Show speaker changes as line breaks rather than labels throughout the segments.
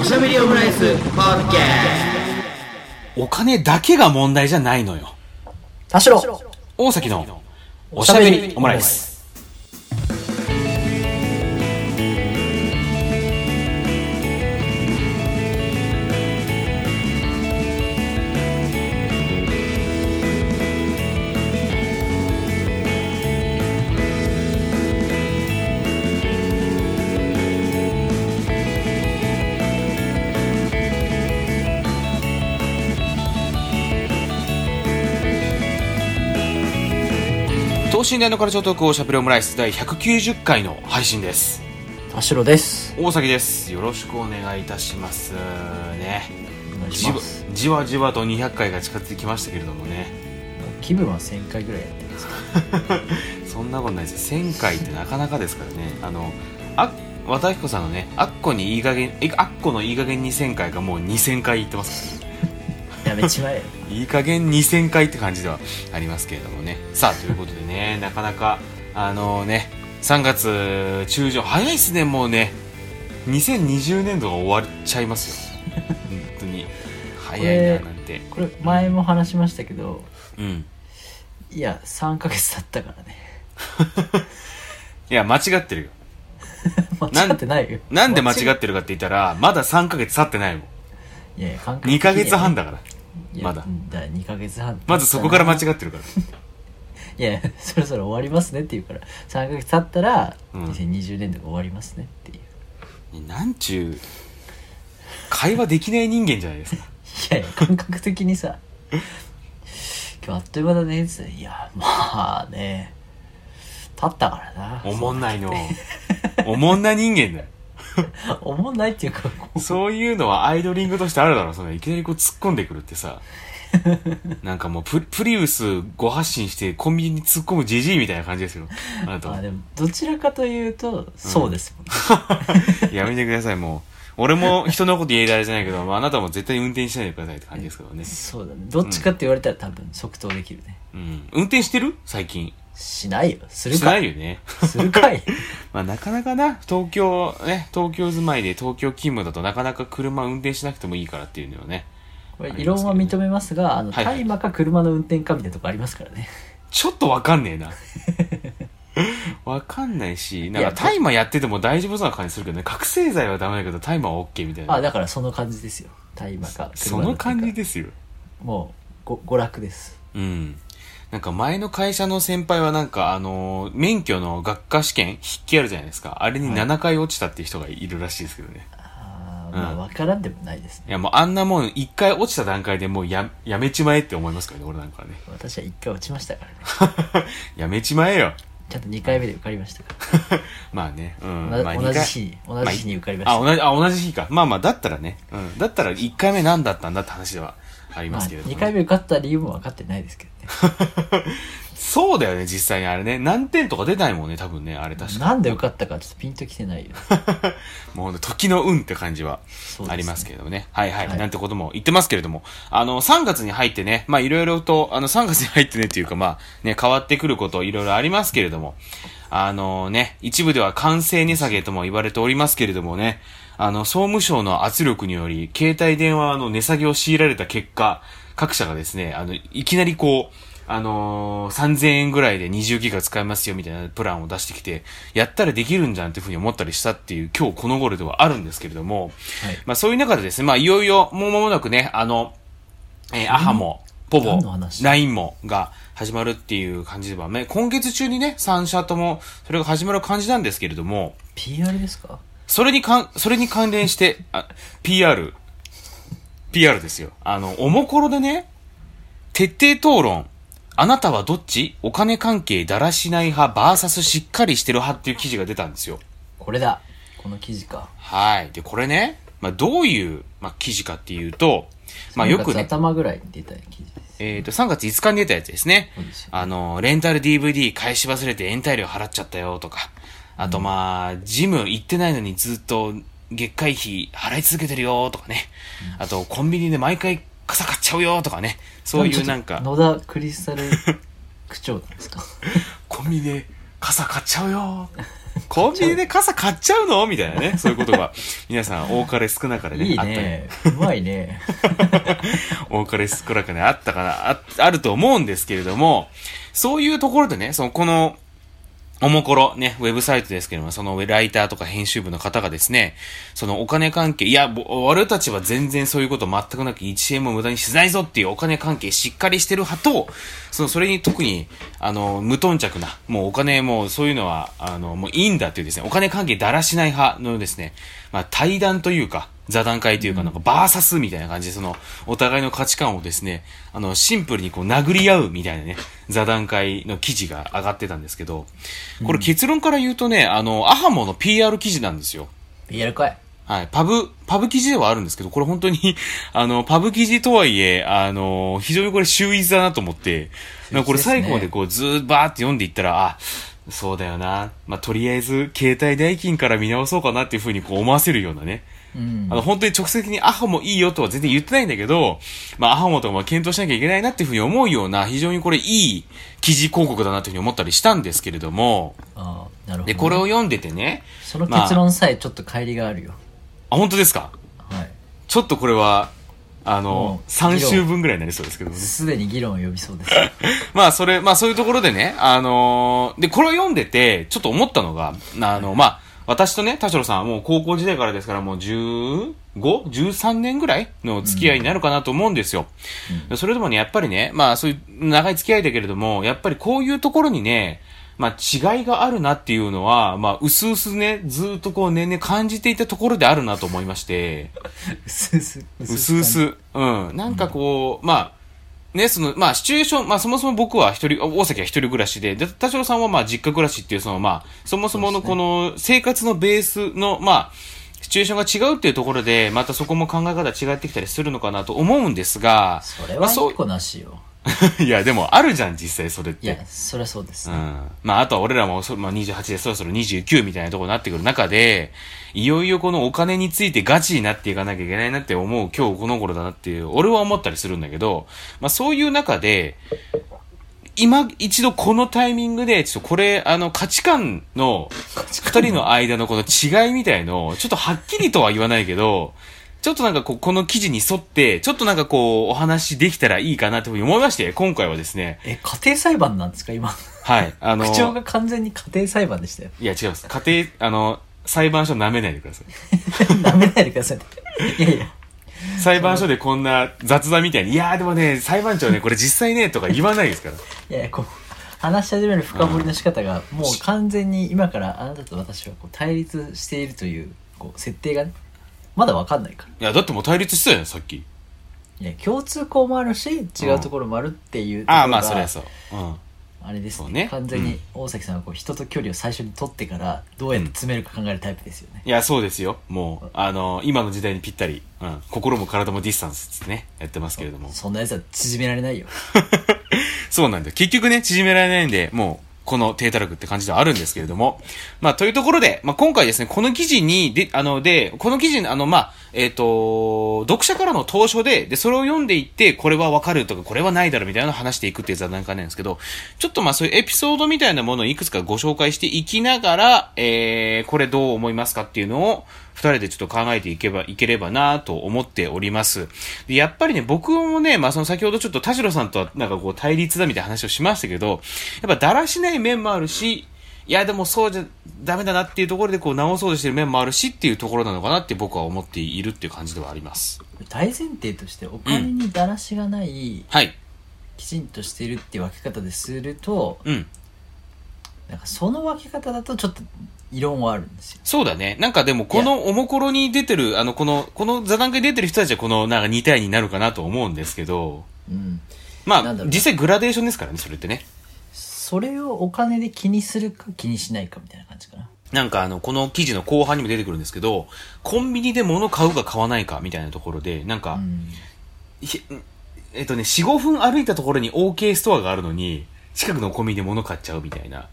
おしゃべりオムライスポッケ
お金だけが問題じゃないのよ。
田代
大崎のおしゃべりオムライス。等身大のカルチャートークおしゃべりオムライス第190回の配信です。
田代です
大崎です。よろしくお願いいたしますね。
お願い
じ
し
わ
ます
じわじわと200回が近づいてきましたけれどもね。
気分は1000回ぐらいやってま す
そんなことないですよ1000回ってなかなかですからねあのあ和田アキ子さんのねあっこにいい加減いあっこのいい加減2000回がもう2000回言ってますか
やめちまえよ
らねいい加減2000回って感じではありますけれどもねさあということでね なかなかあのね3月中旬早いっすねもうね2020年度が終わっちゃい ますよ本当に早いななんて
これ前も話しましたけど
うん
いや3ヶ月経ったからね
いや間違ってるよ
間違ってないよ
なんで間違
っ
ってるかって言ったらまだ3ヶ月経ってないもん
いやいや感覚的に
2ヶ月半だから
いや
まだ
うんだから2ヶ月半
まずそこから間違
い
ってるから
やそろそろ終わりますねって言うから3ヶ月経ったら
うん
2020年度が終わりますねっていう
なんちゅう会話できない人間じゃないです か
いやいや感覚的にさ今日あっという間だねっつっていやまあね経ったからな
おもんないのおもんな人間だよ
おもんないっていうか こう
そういうのはアイドリングとしてあるだろそのいきなりこう突っ込んでくるってさ なんかもうププリウスご発信してコンビニに突っ込むジジイみたいな感じですよあなた
まあ
は
でもどちらかというとそうですもんね、
やめてくださいもう俺も人のこと言えられじゃないけど、まあ、あなたも絶対に運転しないでくださいって感じですけど ね、
そうだねどっちかって言われたら多分即答できるね
うん、運転してる最近
しないよする
し
か
ない
い
よね
するかい
まあ、なかなかな、東京、ね、東京住まいで東京勤務だとなかなか車運転しなくてもいいからっていうのはね、
これ異論は認めますがあの
はいはい
大麻か車の運転かみたいなとこありますからね
ちょっとわかんねえな。 わかんないし、なん
い
か
や
大麻やってても大丈夫そうな感じするけどね、覚醒剤はダメだけど大麻は OK みたいな。
あだからその感じですよ大麻か車
そ
の運
の
転か
感じですよ。
もうご娯楽です
うん。なんか前の会社の先輩はなんかあのー免許の学科試験、筆記あるじゃないですか。あれに7回落ちたっていう人がいるらしいですけどね。
あー
うん
まあ分からんでもないですね
いやもうあんなもん一回落ちた段階でもうややめちまえって思いますからね俺なんかはね
私は1回落ちましたからね
やめちまえ よ
ちゃんと2回目で受かりましたか
まあね、うん
ら、同
まあ、
じ同じ日に同じ日に受かりました、
あ同じあ同じ日かまあまあだったらね、うん、だったら1回目何だったんだって話ではありますけれども、
2回目受かった理由も分かってないですけ どね
そうだよね実際にあれね何点とか出ないもんね多分ねあれ確か
なんで受かったかちょっとピンときてないよ
もうほんと時の運って感じは
そうですね
ありますけれどもねはいはい、
はい
なんてことも言ってますけれどもあの3月に入ってねまあいろいろとあの3月に入ってねっていうかまあね変わってくることいろいろありますけれどもあのね一部では完成値下げとも言われておりますけれどもねあの総務省の圧力により携帯電話の値下げを強いられた結果各社がですねあのいきなりこうあのー、3000円ぐらいで20ギガ使えますよみたいなプランを出してきて、やったらできるんじゃんっていうふうに思ったりしたっていう今日この頃ではあるんですけれども、
はい
まあそういう中でですね、まあいよいよもう間もなくね、あの、えーアハも、ポボ
何の、話
LINE もが始まるっていう感じではね、今月中にね、3社ともそれが始まる感じなんですけれども、
PR ですか
それにかん、それに関連して、あ、PR、PR ですよ。あの、おもころでね、徹底討論、あなたはどっちお金関係だらしない派、バーサスしっかりしてる派っていう記事が出たんですよ。
これだこの記事か
はい。で、これね、まあ、どういう、まあ、記事かっていうと、まあ、よく
3月
ね、
頭ぐらいに出た記事です
えっ、と、3月5日に出たやつですね
そうですよ。
あの、レンタル DVD 返し忘れて延滞料払っちゃったよとか、あとまあ、ジム行ってないのにずっと月会費払い続けてるよとかね、あとコンビニで毎回傘買っちゃうよとかね、そういうなんか
ち、ょっと野田ク リスタル区長なんですか
コンビニで傘買っちゃうよコンビニで傘買っちゃうのみたいなね。そういうことが、皆さん、多かれ少なかれね、
いい
あったり
ね。うま いね。
多かれ少なかれあったかな、あ、あると思うんですけれども、そういうところでね、その、この、おもころ、ね、ウェブサイトですけれども、そのライターとか編集部の方がですね、そのお金関係、いや、ぼ俺たちは全然そういうこと全くなく1円も無駄にしないぞっていうお金関係しっかりしてる派と、その、それに特に、あの、無頓着な、もうお金もうそういうのは、あの、もういいんだというですね、お金関係だらしない派のですね、まあ対談というか、座談会というか、なんかバーサスみたいな感じで、その、お互いの価値観をですね、あの、シンプルにこう殴り合うみたいなね、座談会の記事が上がってたんですけど、これ結論から言うとね、あの、アハモの PR 記事なんですよ。
やるかい。
はい。パブ、パブ記事ではあるんですけど、これ本当に、 あの、パブ記事とはいえ、あの、非常にこれ秀逸だなと思って、なんかこれ
秀逸です
最
ね
後までこうずーっとバーって読んでいったら、あ、そうだよな。まあ、とりあえず、携帯代金から見直そうかなっていうふうにこう思わせるようなね。
うん
あ。の、本当に直接的にアホもいいよとは全然言ってないんだけど、まあ、アホもとかも検討しなきゃいけないなっていうふうに思うような、非常にこれいい記事広告だなというふうに思ったりしたんですけれども、
ああ、なるほどね。
で、これを読んでてね、
その
まあ
結論さえちょっと乖離があるよ。
あ、本当ですか
はい。
ちょっとこれは、あの、
うん
3週分ぐらいになりそうですけどね。
すでに議論を呼びそうです。
まあ、それ、まあ、そういうところでね、あのーで、これを読んでて、ちょっと思ったのが、あの、まあ、私とね、田代さんはもう高校時代からですから、もう 15?13 年ぐらいの付き合いになるかなと思うんですよ。それでもね、やっぱりね、まあ、そういう長い付き合いだけれども、やっぱりこういうところにね、まあ、違いがあるなっていうのは、まあ、うすうすね、ずっとこう年々感じていたところであるなと思いまして。
うすうす。う
うすう
感
す。うん。なんかこう、まあ、ね、その、まあ、シチュエーション、まあ、そもそも僕は一人、大崎は一人暮らしで、で、田代さんはまあ、実家暮らしっていう、その、まあ、そもそもの
そ
こ
うです
の、生活のベースの、まあ、シチュエーションが違うっていうところで、またそこも考え方違ってきたりするのかなと思うんですが、
じそれ
ま
は
あそう
一個なしよ。
いや、でもあるじゃん、実際それっ
い
て。
や、そりゃそうです
う。んまあ、あとは俺らもそ、まあ、28でそろそろ29みたいなところになってくる中で、いよいよこのお金についてガチになっていかなきゃいけないなって思う今日この頃だなっていう、俺は思ったりするんだけど、まあそういう中で、今一度このタイミングで、ちょっとこれ、あの価値観の二人の間のこの違いみたいのを、ちょっとはっきりとは言わないけど、ちょっとなんかこう、この記事に沿って、ちょっとなんかこう、お話できたらいいかなっていうふうに思いまして、今回はですね、
え、家庭裁判なんですか今。
はい、あの、
口調が完全に家庭裁判でしたよ。
いや、違います。家庭、あの、裁判所舐めないでくださ い。
舐めないでください。いやいや。
裁判所でこんな雑談みたいに、いやーでもね、裁判長ね、これ実際ね、とか言わないですから。
いやいやこう話し始める深掘りの仕方が、もう完全に今からあなたと私はこう対立しているというこう設定がねまだわかんないから
いや、だってもう対立してたじゃん、さっき。
いや共通項もあるし違うところもあるっていうところが、
ああ、まあ、そりゃそう。うん。
あれです
そ
ね
うね
完全に大崎さんはこう人と距離を最初に取ってからどうやって詰めるか考えるタイプですよね、
いや、そうですよ。もう、あの、今の時代にぴったり、うん。心も体もディスタンスってね、やってますけれども。
そんなやつは縮められないよ
そうなんだよ。結局ね、縮められないんで、もう、この低たらくって感じではあるんですけれども。まあ、というところで、まあ、今回ですね、この記事に、で、あの、で、この記事に、あの、まあ、えっ、と、読者からの投書で、で、それを読んでいって、これはわかるとか、これはないだろうみたいなのを話していくっていう座談会なんですけど、ちょっとまあ、そういうエピソードみたいなものをいくつかご紹介していきながら、えー、これどう思いますかっていうのを、二人でちょっと考えていけば、いければなと思っております。で、やっぱりね、僕もね、まあ、その先ほどちょっと田代さんとはなんかこう対立だみたいな話をしましたけど、やっぱだらしない面もあるし、いや、でもそうじゃダメだなっていうところでこう直そうとしてる面もあるしっていうところなのかなって僕は思っているっていう感じではあります。
大前提としてお金にだらしがない、
はい。
きちんとしているっていう分け方ですると
うん。
なんかその分け方だとちょっと異論はあるんですよ
そうだね。なんかでもこのおもころに出てる、あの、この、この座談会に出てる人たちはこのなんか2対2になるかなと思うんですけど、
うん
ま
な
あ
んだ、ろう
実際グラデーションですからね、それってね。
それをお金で気にするか気にしないかみたいな感じかな
なんかあの、この記事の後半にも出てくるんですけど、コンビニで物買うか買わないかみたいなところで、なんか、
うん
ひえっとね、4、5分歩いたところに OK ストアがあるのに、近くのコンビニで物買っちゃうみたいな。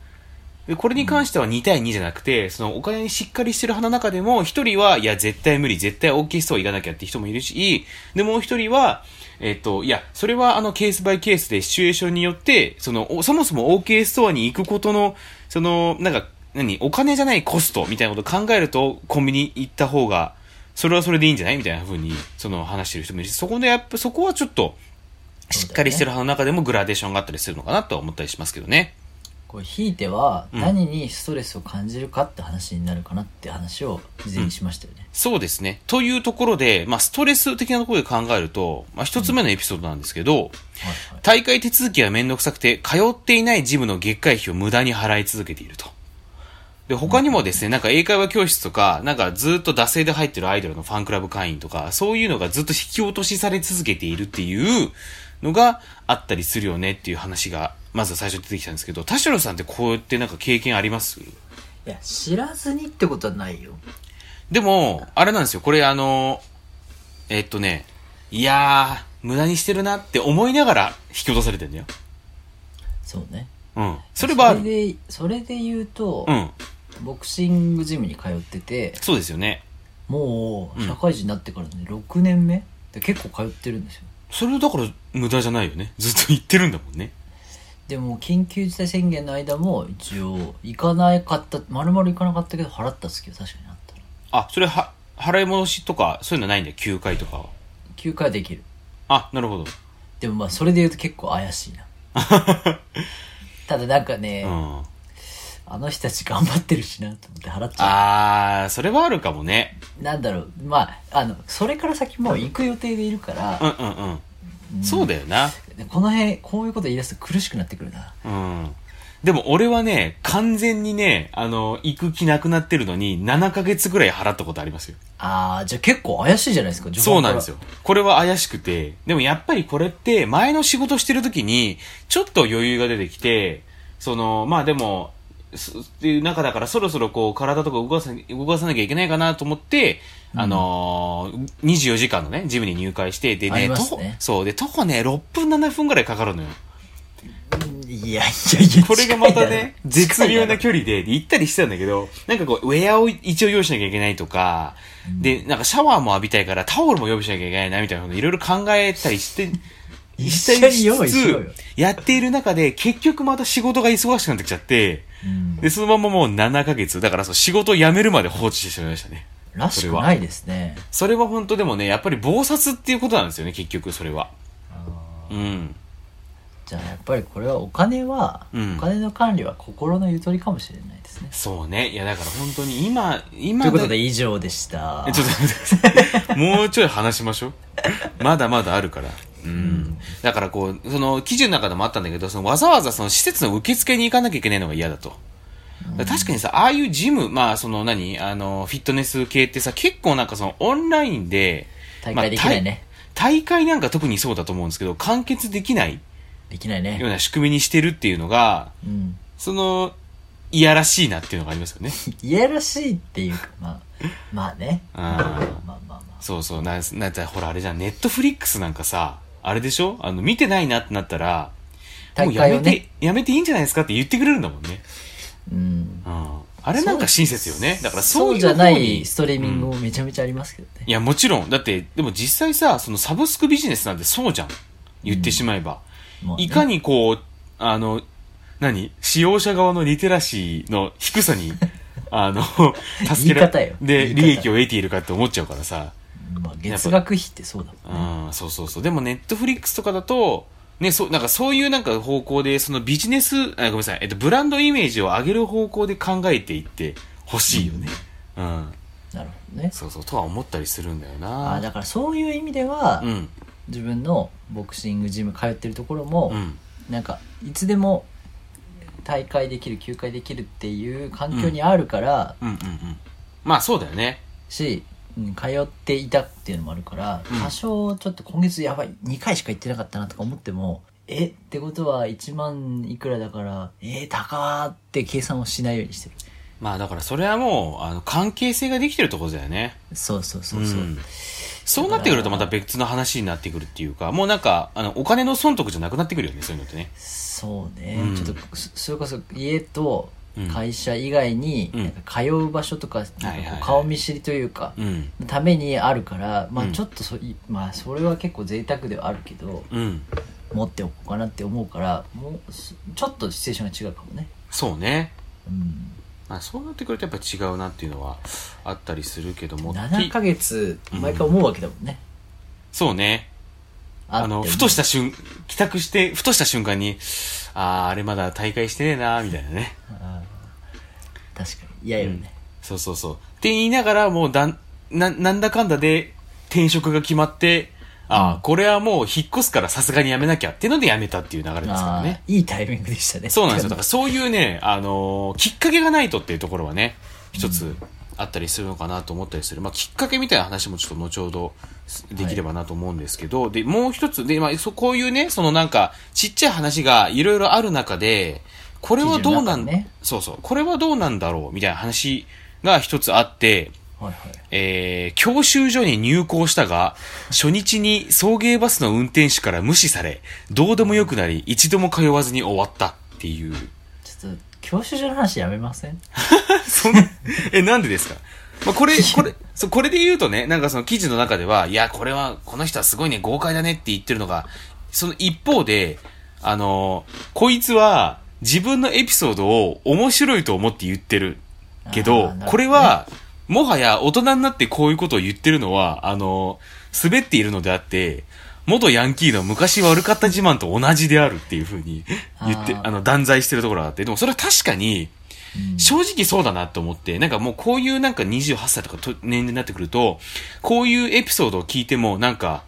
で、これに関しては2対2じゃなくて、そのお金にしっかりしてる派の中でも、一人は、いや、絶対無理、絶対 OK ストア行かなきゃって人もいるし、で、もう一人は、えっと、いや、それはあの、ケースバイケースでシチュエーションによって、その、おそもそも OK ストアに行くことの、その、なんか、何お金じゃないコストみたいなことを考えると、コンビニ行った方が、それはそれでいいんじゃないみたいな風に、その話してる人もいるし、そこでやっぱ、そこはちょっと、しっかりしてる派の中でもグラデーションがあったりするのかなとは思ったりしますけどね。
こうひいては
うん
何にストレスを感じるかって話になるかなって話を事前にしましたよね、
そうですね。というところで、まあ、ストレス的なところで考えると、まあ、一つ目のエピソードなんですけど、
はいはい、
大会手続きはめんどくさくて、通っていないジムの月会費を無駄に払い続けていると。で、他にもですね、なんか英会話教室とか、なんかずっと惰性で入ってるアイドルのファンクラブ会員とか、そういうのがずっと引き落としされ続けているっていうのがあったりするよねっていう話が、まず最初に出てきたんですけど、田代さんってこうやってなんか経験あります
いや知らずにってことはないよ
でも、あれなんですよ、これあの、えっとね、いやー、無駄にしてるなって思いながら引き落とされてんだよ。
そうね
うん。それはあ
そ
る。
れでそれで言うと、
うん。
ボクシングジムに通ってて
そうですよね。
もう
うん
社会人になってからね6年目で結構通ってるんですよ
それだから無駄じゃないよね。ずっと言ってるんだもんね。
でも緊急事態宣言の間も一応行かなかった丸々行かなかったけど払った月は確かにあったな
あ、それは、払い戻しとか、そういうのないんだよ。休会とかは。
9回はできる
あ、なるほど。
でもまあそれで言うと結構怪しいなただなんかね、
うん。
あの人たち頑張ってるしなと思って払っちゃ
あー、それはあるかもね。
うなんだろうまああのそれから先もう行く予定でいるから
う、んうんうん。そうだよな。
でこの辺こういうこと言い出すと苦しくなってくるな
うん。でも俺はね、完全にね、あの、行く気なくなってるのに、7ヶ月ぐらい払ったことありますよ。
あーじゃあ結構怪しいじゃないですか序
そう
盤か
なん
ら
ですよ。これは怪しくて、でもやっぱりこれって、前の仕事してる時に、ちょっと余裕が出てきて、その、まあでも、すっていう中だからそろそろこう体とか動かさ動かさなきゃいけないかなと思って、あのー、24時間のね、ジムに入会して、で
あり
ね、
ます
徒歩
ね
そう、で、徒歩ね、6分7分ぐらいかかるのよ。
いやいやいや
これが またね、絶妙な
距
距離で、で行ったりしてたんだけど、なんかこう、ウェアを一応用意しなきゃいけないとか、で、なんかシャワーも浴びたいから、タオルも用意しなきゃいけないな、みたいなこといろいろ考えたりして、
一
し
緒
たり
に用意しろよ
つつやっている中で、結局また仕事が忙しくなってきちゃって、
うん
で、そのままもう7ヶ月、だからそう、仕事を辞めるまで放置してしまいましたね。
らしくないですね
それは本当でもね、やっぱり暴殺っていうことなんですよね、結局それは。うん。
じゃあやっぱりこれはお金は、
うん
お金の管理は心のゆとりかもしれないですね
そうね。いや、だから本当に今、今
ということ
だ
で以上でした
えちょっと待ってく ださい。もうちょい話しましょう。まだまだあるから。うん。だからこう、その記事の中でもあったんだけど、そのわざわざその施設の受付に行かなきゃいけないのが嫌だと。だから確かにさ、ああいうジム、まあその何、あの、フィットネス系ってさ、結構なんかそのオンラインで、
大会できないね、
まあ大大会なんか特にそうだと思うんですけど、完結できない
できない
よう
ね
な仕組みにしてるっていうのが、
うん
その、いやらしいなっていうのがありますよ ね。
いやらしいっていうかまあまあね
うん
まあまあまあ
そうそう、なん、なんて、ほらあれじゃん、ネットフリックスなんかさ、あれでしょあの、見てないなってなったら、もう
大
や
会
め
を
て、
ね
やめていいんじゃないですかって言ってくれるんだもんね。
うん
うん。あれなんか親切よね。だから
そ
そうういう
じ
方
ゃ
に
ないストリーミングもめちゃめちゃありますけどね、
いや、もちろん。だって、でも実際さ、そのサブスクビジネスなんてそうじゃん。言ってしまえば。
まあね
いかにこう、あの、何使用者側のリテラシーの低さに、あの、助けら
言い方よ
で、
言い方
利益を得ているかって思っちゃうからさ。
まあ、月額費ってそうだもんね
うん、そうそうそう。でもネットフリックスとかだと、ね、そう、なんかそういうなんか方向で、そのビジネス、あごめんなさい、えっと、ブランドイメージを上げる方向で考えていってほしいよね。うん。
なるほどね
そうそう、とは思ったりするんだよな。
ああだからそういう意味では、
うん、
自分のボクシングジム通ってるところも、
うん。
なんかいつでも大会できる休会できるっていう環境にあるから、
うんうんうん。まあそうだよね。
し、うん、通っていたっていうのもあるから、
うん
多少ちょっと今月やばい2回しか行ってなかったなとか思ってもえってことは1万いくらだからえー、高ーって計算をしないようにしてる
まあだからそれはもう、あの、関係性ができてるところだよね。
そうそうそうそう、
んそうなってくるとまた別の話になってくるっていうか、もうなんか、あの、お金の損得じゃなくなってくるよね、そういうのってね。
そうね、
うん
ちょっとそそれこそ家と
うん
会社以外に
うん
なんか通う場所とかなん
はい
か
はいは
こ
いう
顔見知りというか、
うん。
ためにあるから、まあ
うん
ちょっとそ,、いまあ、それは結構贅沢ではあるけど
うん。
持っておこうかなって思うからもうすちょっとシチュエーションが違うかもね、
そうね。
うん、
まあ、そうなってくるとやっぱ違うなっていうのはあったりするけども
7ヶ
き
月毎回思うわけだもんね、
そうねあの
って
ふとした瞬帰宅してふとした瞬間にあああれまだ大会してねえなみたいなね
あー確かに嫌よね、
そうそうそうって言いながらもうだんななんだかんだで転職が決まってああこれはもう引っ越すからさすがにやめなきゃっていうのでやめたっていう流れですから
あ
ね
ーいいタイミングでしたね
そうなんですよ。だからそういうね、あのーきっかけがないとっていうところはね、一つあったりするのかなと思ったりする。まあ、きっかけみたいな話もちょっと後ほどできればなと思うんですけど、で、もう一つ、で、まあ、そうこういうね、そのなんか、ちっちゃい話がいろいろある中で、これはどうなん、
記事の中にね
そうそう、これはどうなんだろうみたいな話が一つあって、
はいはい
えー、教習所に入校したが、初日に送迎バスの運転手から無視され、どうでもよくなり、一度も通わずに終わったっていう。
ちょっと教習所の話やめません
そんな、え、なんでですかまあ、これ、これ、そう、これで言うとね、なんかその記事の中では、いや、これは、この人はすごいね、豪快だねって言ってるのが、その一方で、あのーこいつは、自分のエピソードを面白いと思って言ってるけ
あー
ど、
なるほどね
これは、もはや大人になってこういうことを言ってるのは、あのー滑っているのであって、元ヤンキーの昔悪かった自慢と同じであるっていうふうに言って、
あー
あの、断罪してるところがあって、でもそれは確かに、正直そうだなと思って、なんかもうこういうなんか28歳とかと年齢になってくると、こういうエピソードを聞いてもなんか、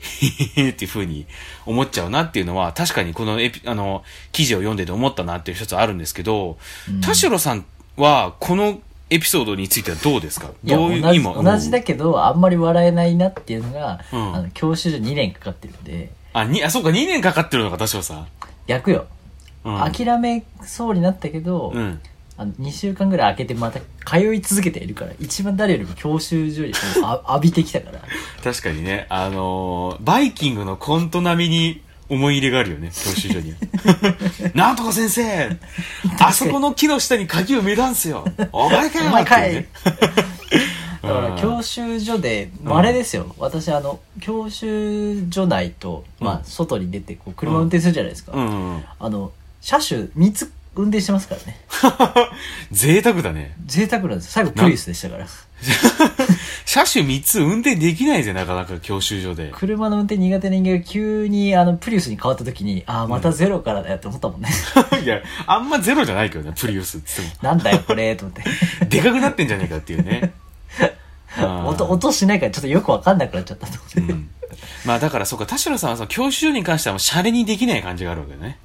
へへへっていう風に思っちゃうなっていうのは、確かにこのエピ、あの、記事を読んでて思ったなっていう一つあるんですけど、田代さんはこのエピソードについてはどうですか
いや
どう
同
いう、
じ同じだけどあんまり笑えないなっていうのが、
うん
あの教習所2年かかってるんで
あ、に、あ、そうか、2年かかってるのか、田代さん。
逆よ、
うん。
諦めそうになったけど、
うん。
あの2週間ぐらい空けてまた通い続けているから一番誰よりも教習所にあ 浴びてきたから
確かにね、あのーバイキングのコント並みに思い入れがあ るよね、教習所に。 なんとか先生あそこの木の下に鍵埋めたんすよお前かよ
お前かい
って
だから教習所でまれですよ、私あの教習所内と、ま
うん
あ、外に出てこう車運転するじゃないですか、
いうねうんうん。
あの車種3つ運転してますからね
贅沢だね。
贅沢なんですよ最後プリウスでしたから
車種3つ運転できないぜ、なかなか教習所 で。
車の運転苦手な人間が急にあのプリウスに変わった時にああまたゼロからだよって思ったもんね、
いや、あんまゼロじゃないけどね、プリウスっつって
なんだよこれと思って
も。でかくなってんじゃねえかっていう ね。あー
音音しないからちょっとよくわかんなくなっちゃったと思って、
うんまあだからそうか、田代さんはその教習所に関してはもうシャレにできない感じがあるわけだね。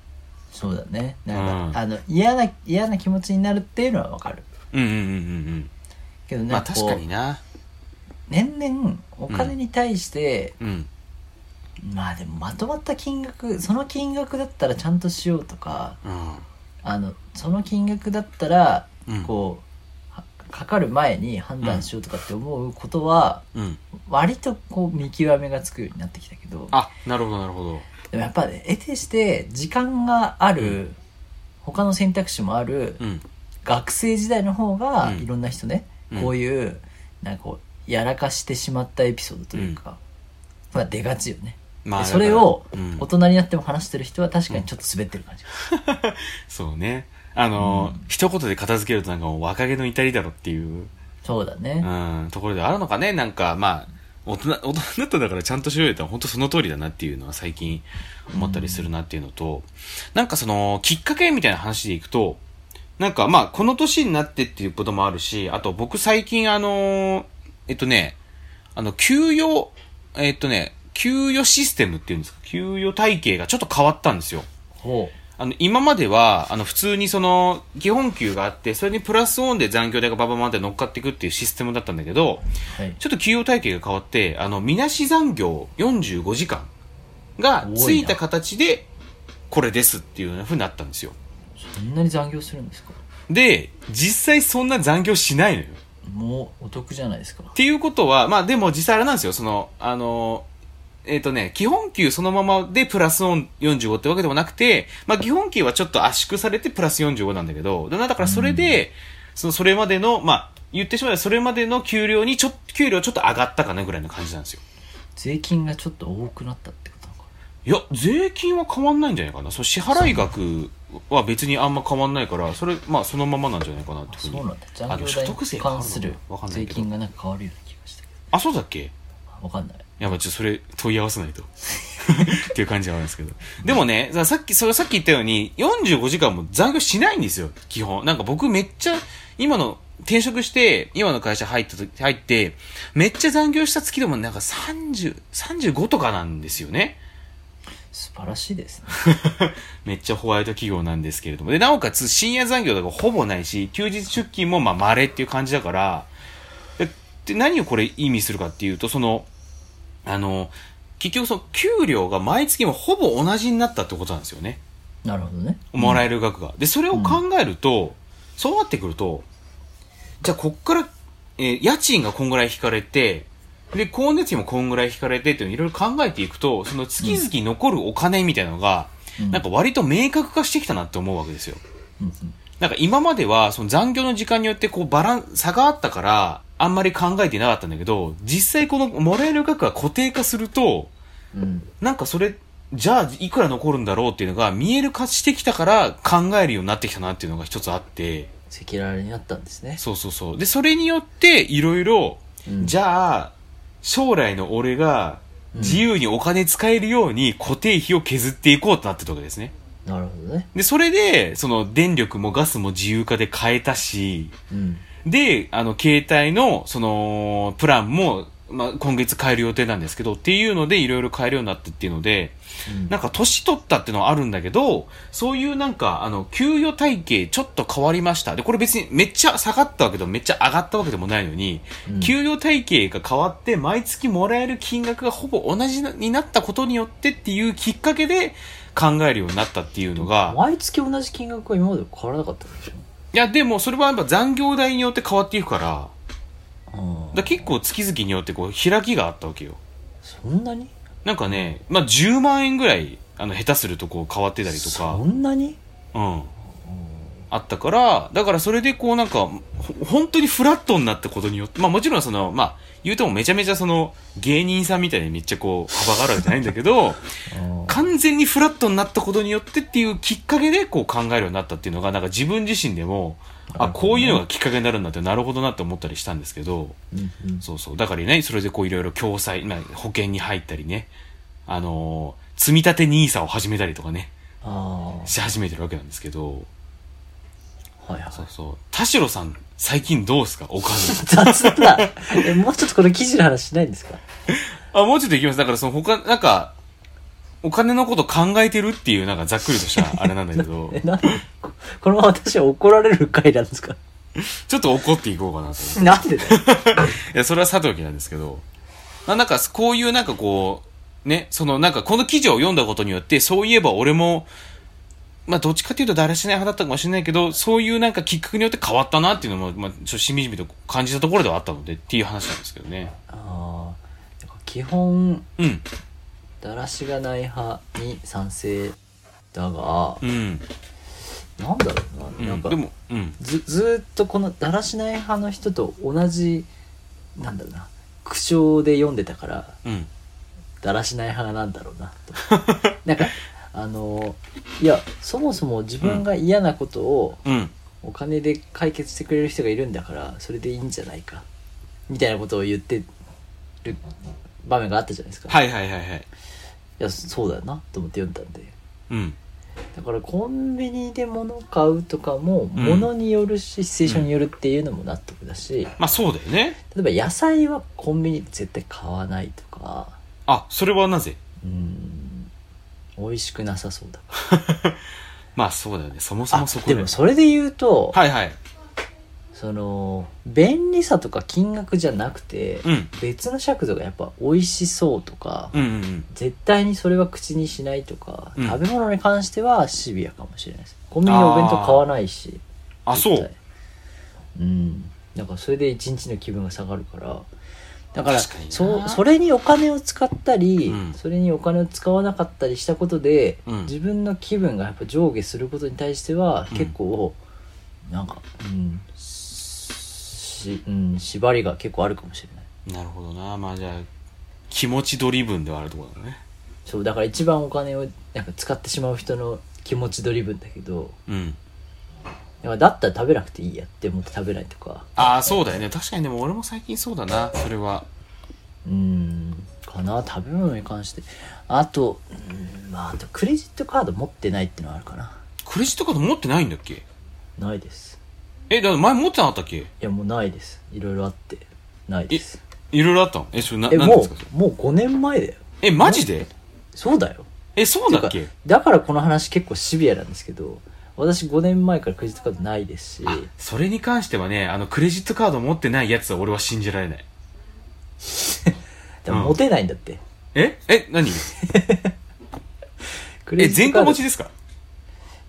そうだねなんか、
う
あの嫌な嫌な気持ちになるっていうのはわかる
うんうんうんうん
けど
うん。ま
な
あ
んか
確
こう、
かにな。
年々お金に対して、
うん。
まあでもまとまった金額その金額だったらちゃんとしようとか
う
あのその金額だったら
うん
こう、はかかる前に判断しようとかって思うことは、
ん。うん。
割とこう見極めがつくようになってきたけど
あ、なるほど、なるほど。
でもやっぱね得てして時間がある、
うん
他の選択肢もある、
うん。
学生時代の方が
うん
いろんな人ね、
うん
こういうなんかこうやらかしてしまったエピソードというか、まあ出がちよね、
まあ、
でそれを
だからうん
大人になっても話してる人は確かにちょっと滑ってる感じが
そうね。あの、一言で片付けるとなんかもう若気の至りだろっていう、
そうだ
う
ね、
ん、ところではあるのかね。なんか、まあ、大人、大人になったんだからちゃんとしろよって本当その通りだなっていうのは最近思ったりするなっていうのと、なんかその、きっかけみたいな話でいくと、なんかまあ、この年になってっていうこともあるし、あと僕最近あの、えっとね、あの、給与、えっとね、給与システムっていうんですか、給与体系がちょっと変わったんですよ。
ほ
あの、今までは、あの、普通にその、基本給があって、それにプラスオンで残業代がバババンって乗っかっていくっていうシステムだったんだけど、
うはい
ちょっと給与体系が変わって、あの、みなし残業45時間がついた形で、これですっていうふうになったんですよ。
そんなに残業するんですか
で、実際そんな残業しないのよ。
もうお得じゃないですか
っていうことは、まあでも実際あれなんですよ、その、あの、えっ、とね、基本給そのままでプラスオン45ってわけでもなくて、まあ基本給はちょっと圧縮されてプラス45なんだけど、だだからそれで、その、それまでの、まあ、言ってしまえばそれまでの給料にちょっと、給料ちょっと上がったかなぐらいの感じなんですよ。
税金がちょっと多くなったってことなのかない
いや、税金は変わんないんじゃないかな。そう支払い額は別にあんま変わんないから、それ、まあそのままなんじゃないかなって
あ
ふう
そう
に
なんだ
あ
残
の
業
所
代
得税
に
が変わ
関する
わかんない
税
けど
金がなんか変わるような気がしたけ
あ、そうだっけ
どわかんない
やばい、ちょっとそれ問い合わせないと。 っていう感じはあるんですけど。でもね、ささっき、それさっき言ったように、45時間も残業しないんですよ、基本。なんか僕めっちゃ、今の、転職して、今の会社入った時、入って、めっちゃ残業した月でもなんか30、35とかなんですよね。
素晴らしいですね
めっちゃホワイト企業なんですけれども。で、なおかつ深夜残業とかほぼないし、休日出勤もまあ稀っていう感じだから、でで何をこれ意味するかっていうと、その、あの、結局その給料が毎月もほぼ同じになったってことなんですよね。
なるほどね
もら
え
える額が。で、それを考えると、そうなってくると、じゃあこっから、えー家賃がこんぐらい引かれて、で、光熱費もこんぐらい引かれてっていうのをいろいろ考えていくと、その月々残るお金みたいなのが、なんか割と明確化してきたなって思うわけですよ。
うんうん
なんか今まではその残業の時間によってこうバラン差があったからあんまり考えてなかったんだけど実際このもらえる額が固定化すると
うん
なんかそれじゃあいくら残るんだろうっていうのが見える化してきたから考えるようになってきたなっていうのが一つあって
赤裸々になったんですね
そうそうそうでそれによっていろいろ
うん
じゃあ将来の俺が自由にお金使えるように固定費を削っていこうとなってたわけですね
なるほどね
で、それで、その電力もガスも自由化で変えたし、
うん
で、あの、携帯の、その、プランも、まあ、今月変える予定なんですけど、っていうので、いろいろ変えるようになってっていうので、
うん
なんか、年取ったってのはあるんだけど、そういうなんか、あの、給与体系ちょっと変わりました。で、これ別にめっちゃ下がったわけでも、めっちゃ上がったわけでもないのに、
うん
給与体系が変わって、毎月もらえる金額がほぼ同じになったことによってっていうきっかけで、考えるようになったっていうのが、
毎月同じ金額は今まで変わらなかったんでしょ
いや、でも、それはやっぱ残業代によって変わっていくから、だか
あ
ら結構月々によってこう、開きがあったわけよ。
そんなに
なんかね、まあ、10万円ぐらい、あの、下手するとこう、変わってたりと
そ
か、
んなに
うん。あったから、だからそれでこうなんか、ほ本当にフラットになったことによって、まあもちろんその、まあ、言うてもめちゃめちゃその、芸人さんみたいにめっちゃこう、幅があるわけじゃないんだけど、完全にフラットになったことによってっていうきっかけでこう考えるようになったっていうのがなんか自分自身でもあこういうのがきっかけになるんだってなるほどなって思ったりしたんですけど
うんうん
そうそうだからねそれでこういろいろ共済、まあ、保険に入ったりねあのー積み立て NISA を始めたりとかね
あ
し始めてるわけなんですけど
あはいはい
そうそう田代さん最近どうですかお金
雑だなえもうちょっとこの記事の話しないんですか
あもうちょっといきますだからその他なんかお金のこと考えてるっていうなんかざっくりとしたあれなんだけど
えなんでここのまま私は怒られる回なんですか
ちょっと怒っていこうかなと思って
なんでだよ
いや、それはさておきなんですけど、まあ、なんか、こういうなんかこう、ね、そのなんかこの記事を読んだことによって、そういえば俺も、まあ、どっちかというとだらしない派だったかもしれないけど、そういうなんかきっかけによって変わったなっていうのも、まあ、ちょっとしみじみと感じたところではあったので、っていう話なんですけどね。
あーなんか基本
うん。
だらしがない派に賛成だが
うん。
なんだろう
う
ななん
ん、
か
でも、うん。
ずずーっとこのだらしない派の人と同じなんだろうな苦笑で読んでたから
うん。
だらしない派なんだろうな となんかあのいやそもそも自分が嫌なことを
うん。
お金で解決してくれる人がいるんだからそれでいいんじゃないかみたいなことを言ってる場面があったじゃないですか、い、
はいはいはいはい。
やそうだよなと思って読んだんで
うん。
だからコンビニで物買うとかも
うん
物によるしシチュエーションによるっていうのも納得だし、
まあ、そうだよね。
例えば野菜はコンビニで絶対買わないとか
あ、それはなぜ
うん美味しくなさそうだから
まあ、そうだよね。そもそもそこ
で
で。
もそれで言うと、
はいはい。
その便利さとか金額じゃなくて、
うん。
別の尺度がやっぱ美味しそうとか、
うんうんうん。
絶対にそれは口にしないとか、
うん
食べ物に関してはシビアかもしれないですコンビニのお弁当買わないし
あ、そ
絶
う
対。うんだからそれで一日の気分が下がるからだから
確かにな
そうそれにお金を使ったり、
うん
それにお金を使わなかったりしたことで、
うん
自分の気分がやっぱ上下することに対しては
うん
結構、なんかうんし、うん、縛りが結構あるかもしれ
な
ない
るほどなまあじゃあ気持ちドリブンではあるところだね
そうだから一番お金をなんか使ってしまう人の気持ちドリブンだけど
うん。
だからだったら食べなくていいやって思って食べないとか
ああ、そうだよね。確かにでも俺も最近そうだな、それは。
うーんかな食べ物に関してあとうーんまああとクレジットカード持ってないってのはあるかな
クレジットカード持ってないんだっけ
ないです
え、だから前持ってなかったっけ
いやもうないですいろいろあってないです
いろいろあったのえ、それな、
え
なんで
も
すかそれ
うもう5年前だよ
え、マジで
そうだよ
え、そうだって
い
け
うかだからこの話結構シビアなんですけど私5年前からクレジットカードないですし
あ、それに関してはね、あの、クレジットカード持ってないやつは俺は信じられない。
でも持てないんだって、
ええ、何
ク
え、
レジッ
全
トカ
科
ード
持ちですか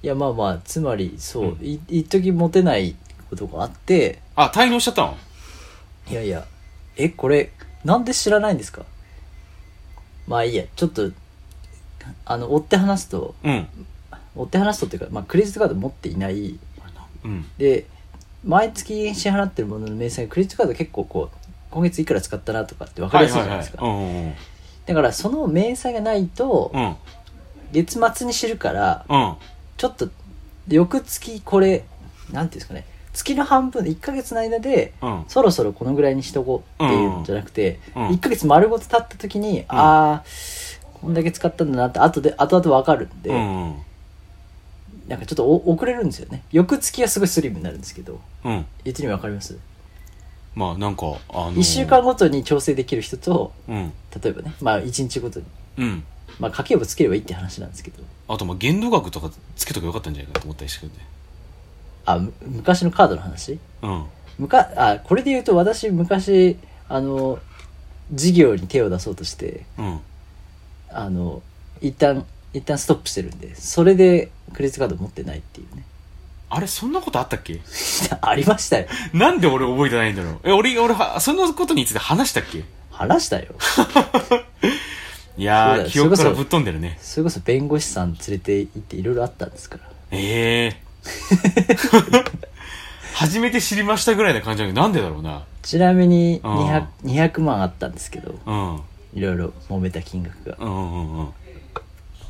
いやまあまあつまりそう、
うん
い一時持てないことがあって
あ、滞納しちゃったの
いやいやえこれなんで知らないんですかまあいいやちょっとあの追って話すと
うん。
追って話すとっていうか、まあ、クレジットカード持っていない
うん。
で毎月支払ってるものの明細クレジットカード結構こう今月いくら使ったなとかって分かりやすいじゃないですか、
はいはいはい、うんうん
だからその明細がないと
うん。
月末に知るから
うん。うん。
ちょっと翌月これなんていうんですかね月の半分1ヶ月の間で
うん。
そろそろこのぐらいにしとこうっていうんじゃなくて、
うん
1ヶ月丸ごと経った時に、ああこんだけ使ったんだなって後で後々分かるんで、
うんうん。
なんかちょっとお遅れるんですよね翌月はすごいスリムになるんですけど
うん。
言ってみ分かります、
まあ、なんか、あのー
1週間ごとに調整できる人と
うん。
例えばねまあ1日ごとに、
うん。
まあ、家計簿つければいいって話なんですけど
あと、まあ、限度額とかつけとけばよかったんじゃないかと思ったりしてくるね。
あむ昔のカードの話
うん。
むかあこれで言うと私昔あの事業に手を出そうとして
うん。
あの一旦一旦ストップしてるんでそれでクレジットカード持ってないっていうね
あれ、そんなことあったっけ
ありましたよ
なんで俺覚えてないんだろうえ、俺、俺は、そんなことについて話したっけ
話したよ
いや
そうだ
ー、
よ
記憶
そ
から
れこそ
ぶっ飛んでるね。
それこそ弁護士さん連れて行っていろいろあったんですから
ええ ー。初めて知りましたぐらいな感じだけど、なんでだろうな。
ちなみに
うん
200, 200万あったんですけど
うん。うん
いろいろ揉めた金額が
うんうんうん。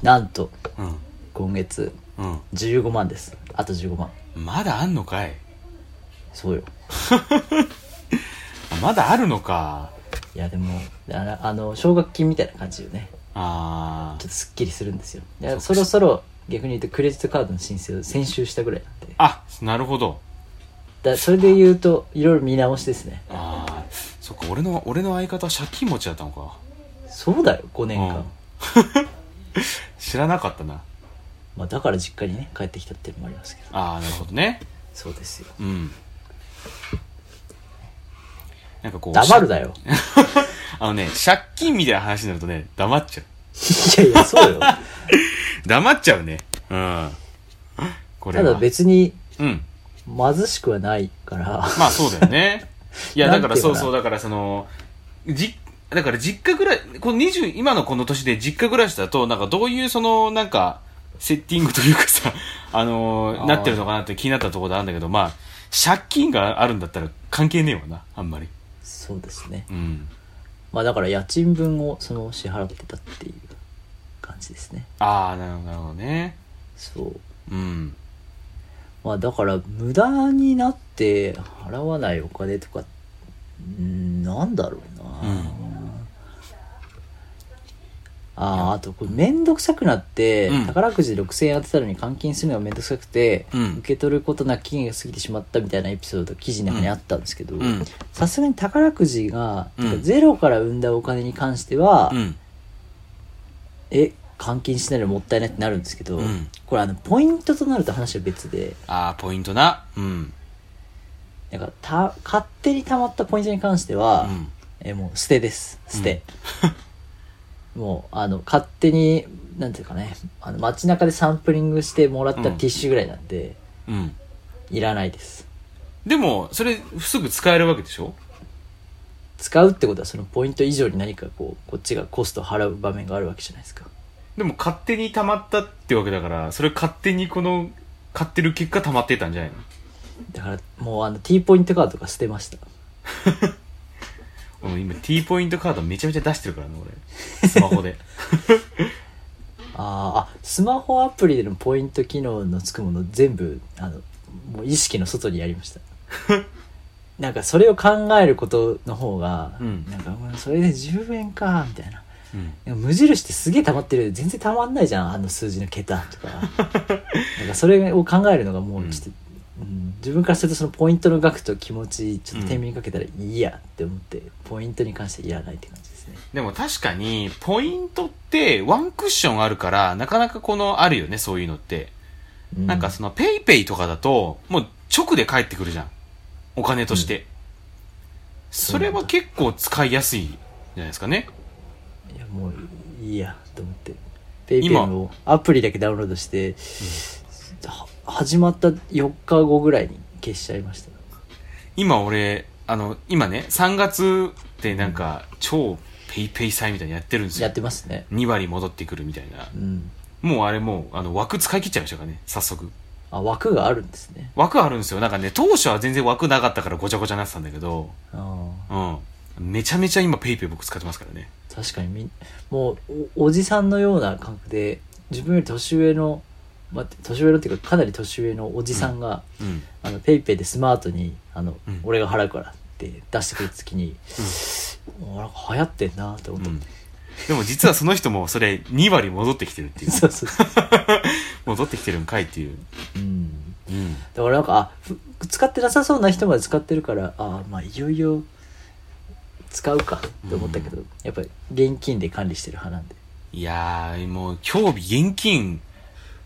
なんと
うん。
今月
うん。
15万ですあと15万
まだあんのかい
そうよ
あまだあるのか。
いやでもあのあの奨学金みたいな感じよね
あ
ちょ
ー。
っとすっきりするんですよいや
そ
そうろ
か
そろ逆に言うとクレジットカードの申請を先週したぐらいなんで
あ、なるほど。
だそれで言うといろいろ見直しですね
あー。そっか、俺の、俺の相方は借金持ちだったのか。
そうだよ5年間、
うん知らなかったな。
まあ、だから実家にね帰ってきたっていうのもありますけど
あー、なるほどね。
そうですよ
うん。なんかこう。
黙る だよ
あのね、借金みたいな話になるとね、黙っちゃう。
いやいやそうよ
黙っちゃうね。うん。これ
た
は。
だ別に
うん。
貧しくはないから
まあそうだよね。いや、
な
だ
んて
から
いうか
そ
な
うそう、だからその、じ、だから実家ぐらい、この20、今のこの年で実家暮らしだと、なんかどういうその、なんか、セッティングというかさ、 あのー
あー
なってるのかなって気になったところであるんだけど、まあ、借金があるんだったら関係ねえわな、あんまり。
そうですね
うん。
まあだから家賃分をその支払ってたっていう感じですね
ああ、なるほどなるほどね。
そう
うん。
まあだから無駄になって払わないお金とかうんなんだろうな、
うん
あああとこれ面倒くさくなって、
うん
宝くじで6000円当てたのに換金するのが面倒くさくて、
うん
受け取ることなく期限が過ぎてしまったみたいなエピソード記事の中にあったんですけど
うん
さすがに宝くじが、
うん
てかゼロから生んだお金に関しては、
うん。
え換金しないのもったいないってなるんですけど、
うん
これあのポイントとなると話は別で
ああ、ポイントな。うん。
なんかた勝手に溜まったポイントに関しては、
うん。
えーもう捨てです捨て、もうあの勝手になんていうかねあの街中でサンプリングしてもらったティッシュぐらいなんで、
うん。
いらないです
でも、それ、すぐ使えるわけでしょ
使うってことはそのポイント以上に何かこうこっちがコストを払う場面があるわけじゃないですか
でも勝手に溜まったってわけだから、それ勝手にこの、買ってる結果溜まってたんじゃないの
だからもうあの T ポイントカードとか捨てました
俺今 T ポイントカードめちゃめちゃ出してるからね、俺。スマホで。
あーあスマホアプリでのポイント機能のつくもの全部あのもう意識の外にやりました なんかそれを考えることの方が、
うん
なんかうんそれで10円かみたいな
うん
でも無印ってすげえ溜まってるよ全然溜まんないじゃんあの数字の桁と かなんかそれを考えるのがもうちょっと、うん自分からするとそのポイントの額と気持ちちょっと天秤にかけたらいいやって思って、ポイントに関していらないって感じですね
でも確かに、ポイントってワンクッションあるから、なかなかこの、あるよね、そういうのって。
う
なんかその、ペイペイとかだと、もう直で返ってくるじゃん。お金として。それは結構使いやすいんじゃないですかね。
いやもういいやと思ってペイペイ
今
のアプリだけダウンロードして、は始まった4日後ぐらいに消しちゃいました
今俺、あの、今ね、3月ってなんか、超ペイペイ祭みたいにやってるんです
や
よ
っ。てますね
2割戻ってくるみたいな
う。ん
もうあれもう、あの、枠使い切っちゃいましたからね、早速。
あ枠があるんですね
枠あるんですよ。なんかね、当初は全然枠なかったからごちゃごちゃになってたんだけど、
あ
うん。めちゃめちゃ今ペイペイ僕使ってますからね。
ー確かにみんもうおおじさんのような感覚で自分より年上の、まあ、年上のっていうかかなり年上のおじさんが、
うん。
あのペイペイでスマートにあの、
うん
俺が払うからって出してくる時に、もうなんか流行ってんなって思っ
う
た、
ん。でも実はその人もそれ2割戻ってきてるっ ていう。
そうそうそう、
戻ってきてるんかいっていう。
うん
うん。
だからなんかあふ使ってなさそうな人まで使ってるからあまあいよいよ使うかと思ったけど、やっぱり現金で管理してる派なんで
いやー、もう今日現金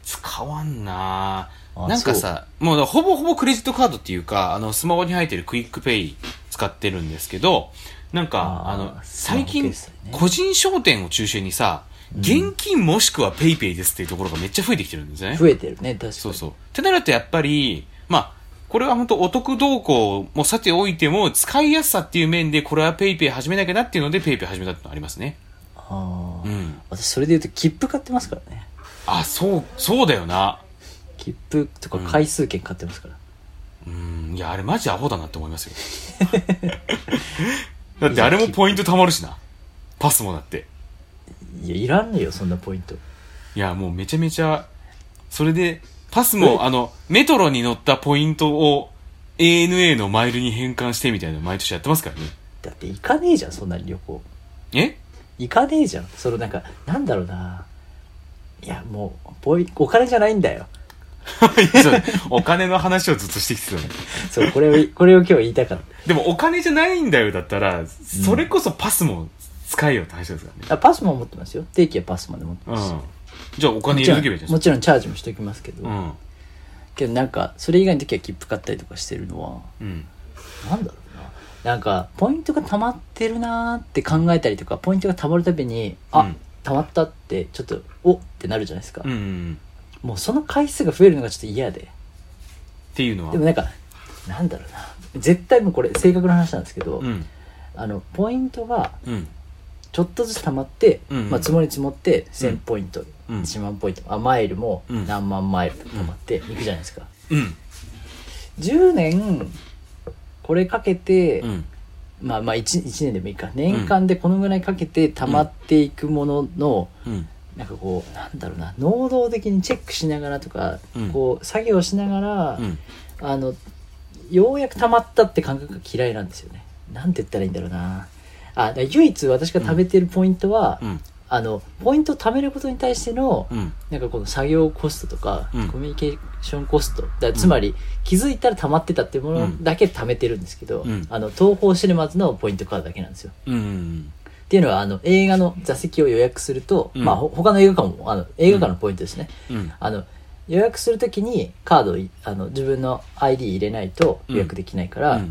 使わんな
あ
なんかさ、もうほぼほぼクレジットカードっていうか、あの、スマホに入ってるクイックペイ使ってるんですけど、なんか、
あー
あの、
スマホ
最近
決済ね、
個人商店を中心にさ、現金もしくはペイペイですっていうところがめっちゃ増えてきてるんですね。
増えてるね確かに
そうそう。ってなるとやっぱり、まあ、これは本当お得動向もさておいても、使いやすさっていう面で、これはペイペイ始めなきゃなっていうので、ペイペイ始めたってのありますね。
あー
うん。
私それで言うと切符買ってますからね
あ、そう、そうだよな。
切符とか回数券買ってますから、
うん、いや、あれマジアホだなって思いますよ。 だってあれもポイント貯まるしな。パスもだって。
いやいらんねえよそんなポイント
いや、もうめちゃめちゃ、それで、パスも、あの、メトロに乗ったポイントを ANA のマイルに変換してみたいなの毎年やってますからね。
だって行かねえじゃんそんなに旅行
え
行かねえじゃんそのなんかなんだろうないやもうポイお金じゃないんだよ
そうお金の話をずっとしてきてたの。
そうこれをこれを今日言いたかった
でもお金じゃないんだよだったら、それこそパスも使えよって話ですからね。
あパスも持ってますよ定期はパスまで持って
う
ますし、
ん。じゃあお金入れとけばいいじゃん。
もちろんチャージもしときますけど、
うん。
けどなんかそれ以外の時は切符買ったりとかしてるのは
うん。
なんだろうななんかポイントが溜まってるなーって考えたりとかポイントが溜まるたびにあ、
うん
溜まったってちょっとおってなるじゃないですか、
うんうん。
もうその回数が増えるのがちょっと嫌で
っていうのは
でも。なんかなんだろうな絶対もうこれ正確な話なんですけど、
うん。
あのポイントが
うん。
ちょっとずつ溜まって、
うん
まあ、積もり積もって1000ポイント、
うん
1万ポイントあマイルも
うん
何万マイルと溜まっていくじゃないですか、
うん。
10年これかけて、
うん。
まあまあ 1, 1年でもいいか年間でこのぐらいかけて溜まっていくものの、
うん。
なんかこうなんだろうな能動的にチェックしながらとか、
うん
こう作業しながら、
うん。
あのようやく溜まったって感覚が嫌いなんですよねなんて言ったらいいんだろうなあだから唯一私が食べてるポイントは、
うん。
あのポイントを貯めることに対しての、
うん。
なんかこの作業コストとか、
うん
コミュニケーションコストだからつまり気づいたら溜まってたっていうも
う
の
ん
だけ貯めてるんですけど、
うん
あの東宝シネマズのポイントカードだけなんですよ。
うん。
っていうのはあの映画の座席を予約すると、
うん
まあほ他の映画館もあの映画館のポイントですね、
うん。
あの予約するときにカードをいあの自分の ID 入れないと予約できないから、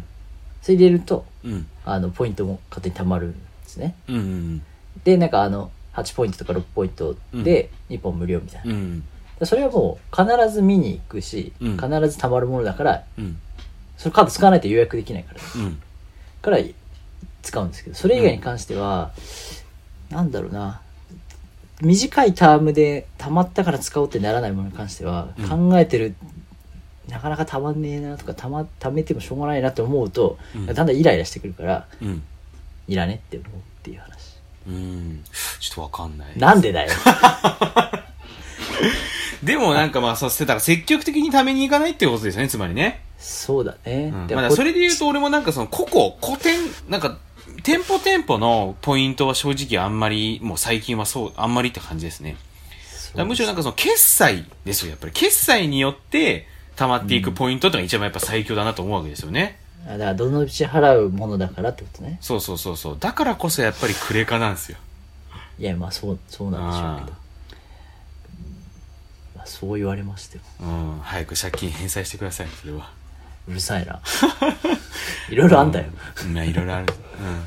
それ入れると
うん。
あのポイントも勝手に貯まるんですね。
うん。
でなんかあの8ポイントとか6ポイントで2本無料みたいな。
うん。
それはもう必ず見に行くし、
うん
必ず貯まるものだから
うん。
それカード使わないと予約できないから
うん。
から使うんですけどそれ以外に関しては、なんだろうな短いタームで貯まったから使おうってならないものに関しては、
うん
考えてるなかなか貯まんねえなとか貯,、ま、貯めてもしょうがないなって思うと、
うん
だんだんイライラしてくるから
うん。
いらねって思うっていう話
うん。ちょっとわかんない。
なんでだよ
でもなんかまあそうしてたら積極的にためにいかないってことですよね、つまりね。
そうだね
う。ん、
で
まあ
こ
それで言うと俺もなんかその個々、個展、なんか、店舗店舗のポイントは正直あんまり、もう最近はそう、あんまりって感じですね。だからむしろなんかその決済ですよ、やっぱり。決済によって溜まっていくポイントってのが一番やっぱ最強だなと思うわけですよね。
あだからどのうち払うものだからってことね。
そうそうそうそう。だからこそやっぱりクレカなんですよ。
いや、まあそう、そうなんでしょうけど。
あ
まあ、そう言われましても。
うん、早く借金返済してください、それは。
うるさ いな。いろいろあんだよ。
うん、まあいろいろある。うん。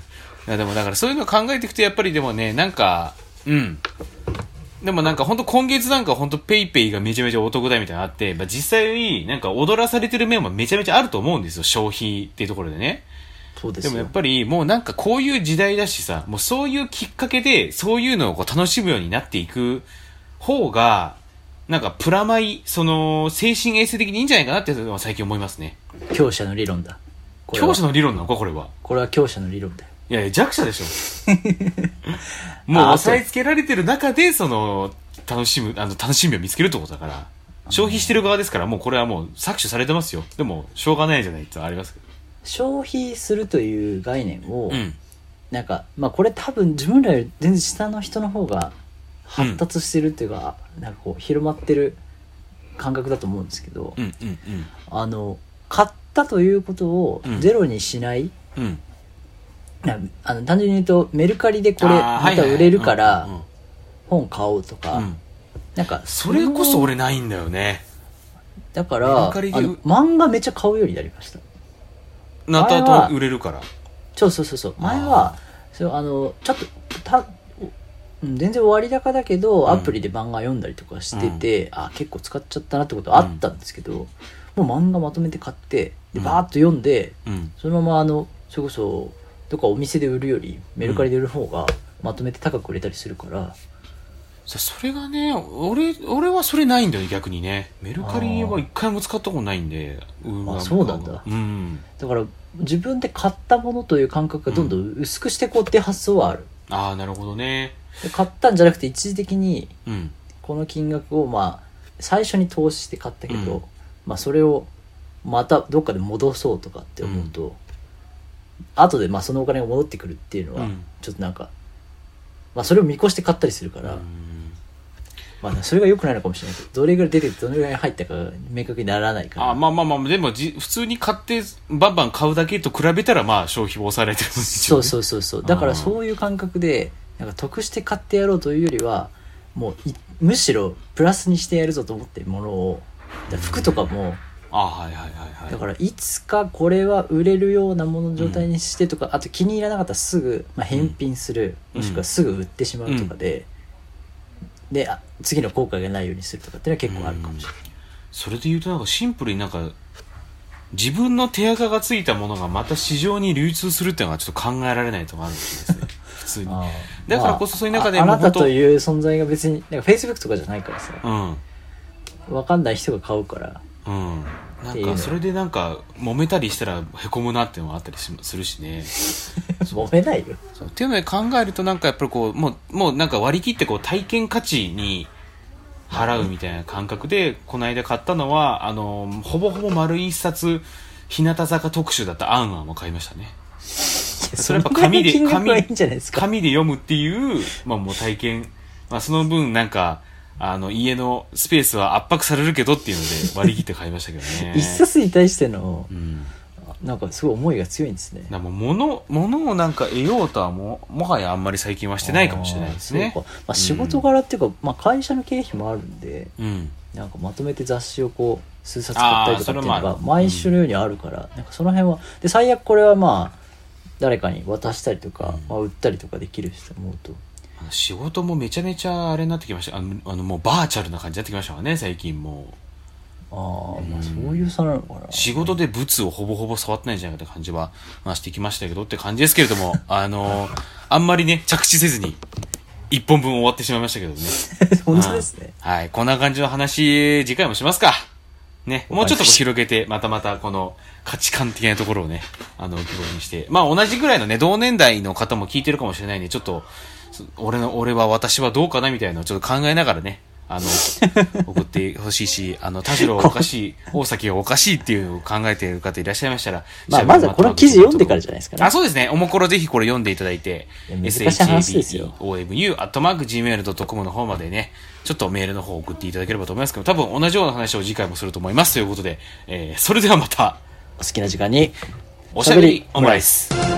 いやでもだからそういうのを考えていくとやっぱりでもね、なんか、うん。でもなんか本当今月なんか本当ペイペイがめちゃめちゃお得だみたいなのあって、まあ、実際になんか踊らされてる面もめちゃめちゃあると思うんですよ、消費っていうところでね。
そうで
ですもやっ
よ。
ぱりもうなんかこういう時代だしさ、もうそういうきっかけでそういうのをこう楽しむようになっていく方が、なんかプラマイ、その精神衛生的にいいんじゃないかなってのは最近思いますね。
強者の理論だ。これは
強者の理論なのかこれは。
これは強者の理論だよ。
いやいや、弱者でしょ。 もう
あ
押さえつけられてる中で、その、楽しむ、あの、楽しみを見つけるってことだから、消費してる側ですから、もうこれはもう搾取されてますよ。でも、しょうがないじゃないってのはありますけ
消費するという概念を、
ど。うん。
なんか、まあこれ多分自分らより全然下の人の方が発達してるっていうか、なんかこう広まってる感覚だと思うんですけど、
うん、うん、
あの、買ったということを
うん
ゼロにしない、
うん。うん。
なあの単純に言うとメルカリでこれ
あ
ま
ーはい
た
はい
売れるか
うんうん
ら本買おうとか、
うんうん
なんか
それこそ
の
俺ないんだよね。
だから
メルカリで
あの漫画めっちゃ買うようになりました
なたと売れるから。
そうそうそうそう前はそうあのちょっとたうん全然割高だけど、
ん
アプリで漫画読んだりとかしてて、あ結構使っちゃったなってことあったんですけど、もう漫画まとめて買ってでバーッと読んで、
うん。
そのままあのそれこそどっかお店で売るよりメルカリで売る方がまとめて高く売れたりするから、
そそれがね、俺、俺はそれないんだよね、逆にね。メルカリは一回も使ったことないんで。
あそうなんだ
うん。
だから自分で買ったものという感覚がどんどん薄くしていこうっていう発想はある、
ああ、なるほどね。
で買ったんじゃなくて一時的に
うん。
この金額をまあ最初に投資して買ったけど、
うん
まあそれをまたどっかで戻そうとかって思うと、後でまあそのお金が戻ってくるっていうの
う
は
ん
ちょっとなんか、まあそれを見越して買ったりするから、
うん
まあそれが良くないのかもしれないけどどれぐらい出ててどれぐらい入ったかが明確にならないから
あまあまあまあ、でもじ、普通に買って、バンバン買うだけと比べたら、まあ、消費を抑えられてるので
そう
う。
そうそうそうだからそういう感覚でなんか得して買ってやろうというよりはもういむしろプラスにしてやるぞと思ってものをだから服とかも
あはいはいはい
だ
はい。
からいつかこれは売れるようなものの状態にしてとか、あと気に入らなかったらすぐ、まあ、返品する、
うん
もしくはすぐ売ってしまうとかで、であ次の後悔がないようにするとかっていうのは結構あるかもしれない、
それで言うと、なんかシンプルになんか、自分の手垢がついたものがまた市場に流通するっていうのはちょっと考えられないとこあるんですね。普通に。
あー
だからこそそういう中で
まああ
も
あ
う
なた
本当
という存在が別になんか Facebook とかじゃないからさ
うん。
分かんない人が買うから
うん。な
って
ん
いうの
か、それでなんか、揉めたりしたら、へこむなっていうのがあったりしするしね。
揉めないよ
そうっていうので考えるとなんかやっぱりこうもうもうなんか割り切ってこう体験価値に払うみたいな感覚でこの間買ったのはあのほぼほぼ丸一冊日向坂特集だった「あんあん」を買いましたねそれやっぱ紙で
そんな金額
紙
はいいんじゃないですか
紙で読むっていう,、まあ、もう体験、まあ、その分なんかあの家のスペースは圧迫されるけどっていうので割り切って買いましたけどね
一冊に対しての
うん
なんかすごい思いが強いんですね
だからもう物物をなんか得ようとはももはやあんまり最近はしてないかもしれないですね
あーそうかまあ、仕事柄っていうか、まあ、会社の経費もあるんで
うん
なんかまとめて雑誌をこう数冊買ったりとかっていうの
あーそれ
が
もある
毎週のようにあるから、なんかその辺はで最悪これはまあ誰かに渡したりとか、
うん
まあ、売ったりとかできるしと思うと
あの仕事もめちゃめちゃあれになってきましたあのあのもうバーチャルな感じになってきましたからね最近も
ああまあそういう差なのかな、
う仕事で物をほぼほぼ触ってないんじゃないかって感じは、まあ、してきましたけどって感じですけれどもあのあんまりね着地せずに一本分終わってしまいましたけどね
本当ですね
うんはいこんな感じの話次回もしますかね、もうちょっとこう広げて、またまたこの価値観的なところをね、あの、浮き彫りにして。まあ同じぐらいのね、同年代の方も聞いてるかもしれないんで、ちょっと、そ俺の、俺は私はどうかなみたいなのをちょっと考えながらね、ああ の、送ってほしいし、あの、田代がおかしい、大崎がおかしいっていうのを考えている方いらっしゃいましたら、
まあ
調べてもら
ま
っ
ず
て
はこの記事読んでからじゃないですかね
あ、そうですね。おもころぜひこれ読んでいただいて、
いや難しい話ですよ
shabeomu.gmail.com の方までね、ちょっとメールの方送っていただければと思いますけど、多分同じような話を次回もすると思います。ということで、えーそれではまた、
お好きな時間に
おしゃべりオムライス。